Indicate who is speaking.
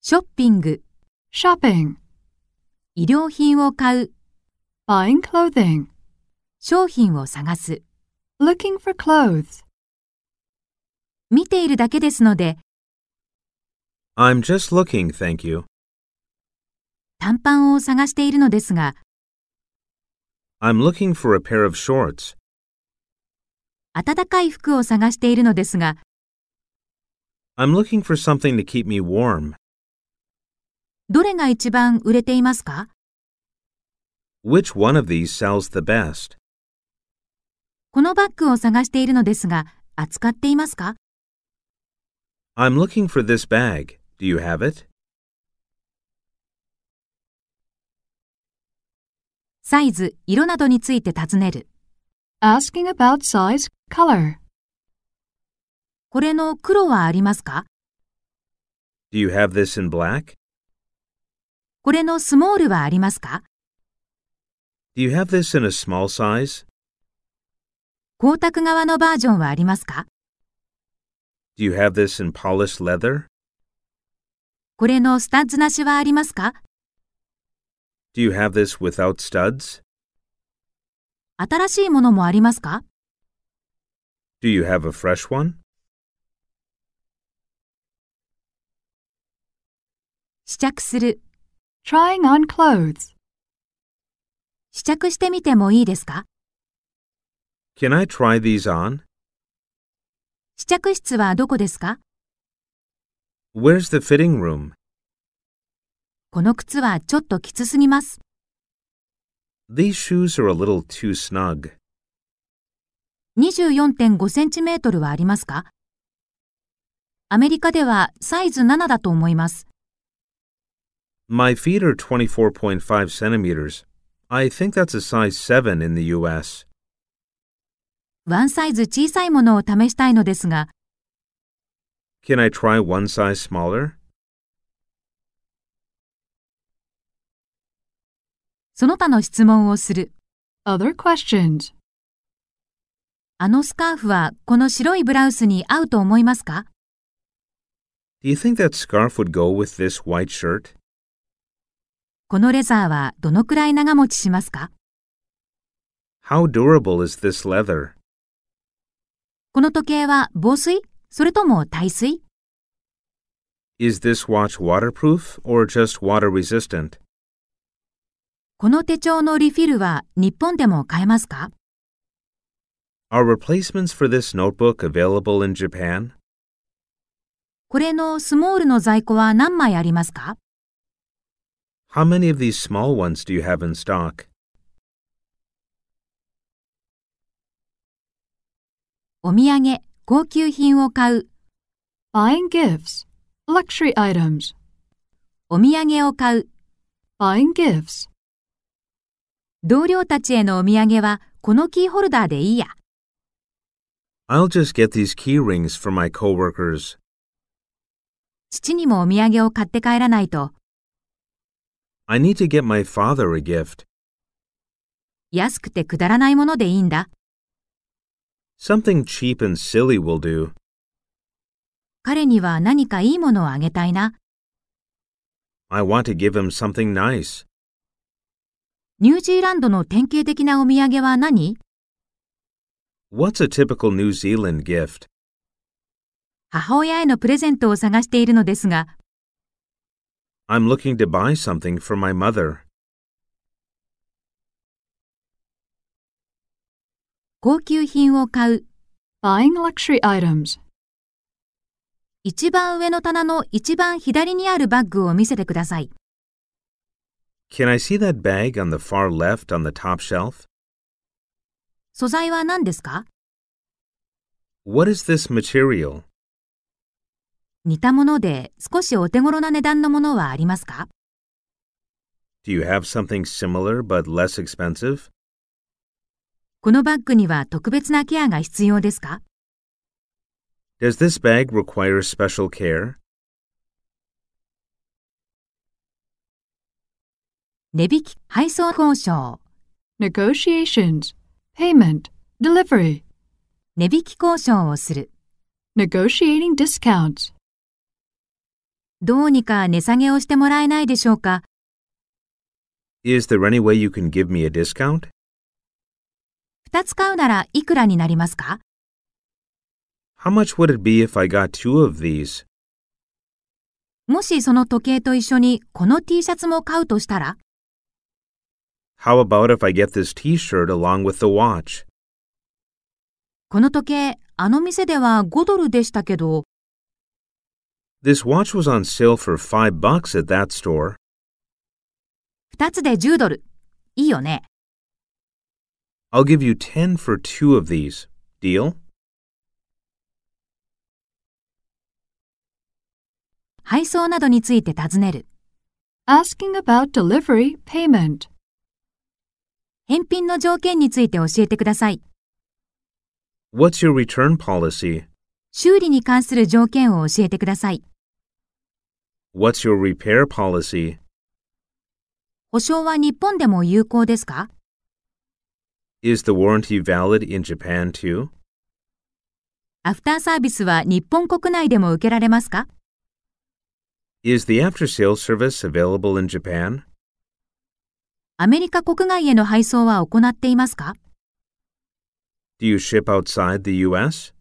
Speaker 1: ショッピング、
Speaker 2: shopping,
Speaker 1: 医療品を買う、
Speaker 2: buying clothing,
Speaker 1: 商品を探す。
Speaker 2: looking for clothes.
Speaker 1: 見ているだけですので、
Speaker 3: I'm just looking, thank you.
Speaker 1: 短パンを探しているのですが、
Speaker 3: I'm looking for a pair of shorts.
Speaker 1: 暖かい服を探しているのですが、
Speaker 3: I'm looking for something to keep me warm.
Speaker 1: どれが一番売れていますか
Speaker 3: Which one of these sells the best?
Speaker 1: このバッグを探しているのですが、扱っていますか
Speaker 3: I'm looking for this bag. Do you have it?
Speaker 1: サイズ、色などについて尋ねる。
Speaker 2: Asking about size, color.
Speaker 1: これの黒はありますか
Speaker 3: Do you have this in black?
Speaker 1: これのスモールはありますか
Speaker 3: Do you have this in a small size?
Speaker 1: 光沢側のバージョンはありますか
Speaker 3: Do you have this in polished leather?
Speaker 1: これのスタッズなしはありますか
Speaker 3: Do you have this without studs?
Speaker 1: 新しいものもありますか
Speaker 3: Do you have a fresh one?
Speaker 1: 試着する。
Speaker 2: Trying on clothes.
Speaker 1: 試着してみてもいいですか
Speaker 3: Can I try these on?
Speaker 1: 試着室はどこですか
Speaker 3: Where's the fitting room?
Speaker 1: この靴はちょっときつすぎます。
Speaker 3: These shoes are a little too snug.
Speaker 1: 24.5センチメートルはありますかアメリカではサイズ7だと思います。
Speaker 3: My feet are 24.5 centimeters. I think that's a size 7 in the U.S.
Speaker 1: ワンサイズ小さいものを試したいのですが、
Speaker 3: Can I try one size smaller?
Speaker 1: その他の質問をする。
Speaker 2: Other questions.
Speaker 1: あのスカーフはこの白いブラウスに合うと思いますか
Speaker 3: Do you think that scarf would go with this white shirt?
Speaker 1: このレザーはどのくらい長持ちしますか
Speaker 3: How durable is this leather?
Speaker 1: この時計は防水それとも耐水
Speaker 3: Is this watch waterproof or just water resistant?
Speaker 1: この手帳のリフィルは日本でも買えますか
Speaker 3: Are replacements for this notebook available in Japan?
Speaker 1: これのスモールの在庫は何枚ありますか
Speaker 3: How many of these small ones do you have in stock?
Speaker 1: お土産、高級品を買う、
Speaker 2: Buying gifts. Luxury items.
Speaker 1: お土産を買う。
Speaker 2: Buying gifts.
Speaker 1: 同僚たちへのお土産はこのキーホルダーでいいや。
Speaker 3: I'll just get these key rings for my coworkers.
Speaker 1: 父にもお土産を買って帰らないと、
Speaker 3: I need to get my father a gift.
Speaker 1: 安くてくだらないものでいいんだ。
Speaker 3: Something cheap and silly will do.
Speaker 1: 彼には何かいいものをあげたいな。
Speaker 3: I want to give him something nice.
Speaker 1: ニュージーランドの典型的なお土産は何
Speaker 3: What's a typical New Zealand gift?
Speaker 1: 母親へのプレゼントを探しているのですが、
Speaker 3: I'm looking to buy something for my mother.
Speaker 1: 高級品を買う。
Speaker 2: Buying luxury items.
Speaker 1: 一番上の棚の一番左にあるバッグを見せてください。
Speaker 3: Can I see that bag on the far left on the top shelf?
Speaker 1: 素材は何ですか
Speaker 3: What is this material?
Speaker 1: 似たもので少しお手頃な値段のものはありますか
Speaker 3: Do you have something similar but less expensive?
Speaker 1: このバッグには特別なケアが必要ですか
Speaker 3: Does this bag require special care?
Speaker 1: 値引き、配送交渉。
Speaker 2: Negotiations. Payment. Delivery.
Speaker 1: 値引き交渉をする。
Speaker 2: Negotiating discounts.
Speaker 1: どうにか値下げをしてもらえないでしょうか。
Speaker 3: Is there any way you can give me a discount?
Speaker 1: 2つ買うならいくらになりますか
Speaker 3: How much would it be if I got two of these?
Speaker 1: もしその時計と一緒にこの T シャツも買うとしたら
Speaker 3: How about if I get this t shirt along with the watch?
Speaker 1: この時計、あの店では5ドルでしたけど、
Speaker 3: This watch was on sale for five bucks at that store.
Speaker 1: 2つで10ドル。いいよね。
Speaker 3: I'll give you ten for two of these. Deal?
Speaker 1: 配送などについて尋ねる。
Speaker 2: Asking about delivery payment.
Speaker 1: 返品の条件について教えてください。
Speaker 3: What's your return policy?
Speaker 1: 修理に関する条件を教えてください。
Speaker 3: What's your repair policy?
Speaker 1: 保証は日本でも有効ですか
Speaker 3: Is the warranty valid in Japan too?
Speaker 1: アフターサービスは日本国内でも受けられますか
Speaker 3: Is the after sale service available in Japan?
Speaker 1: アメリカ国外への配送は行っていますか
Speaker 3: Do you ship outside the U.S.?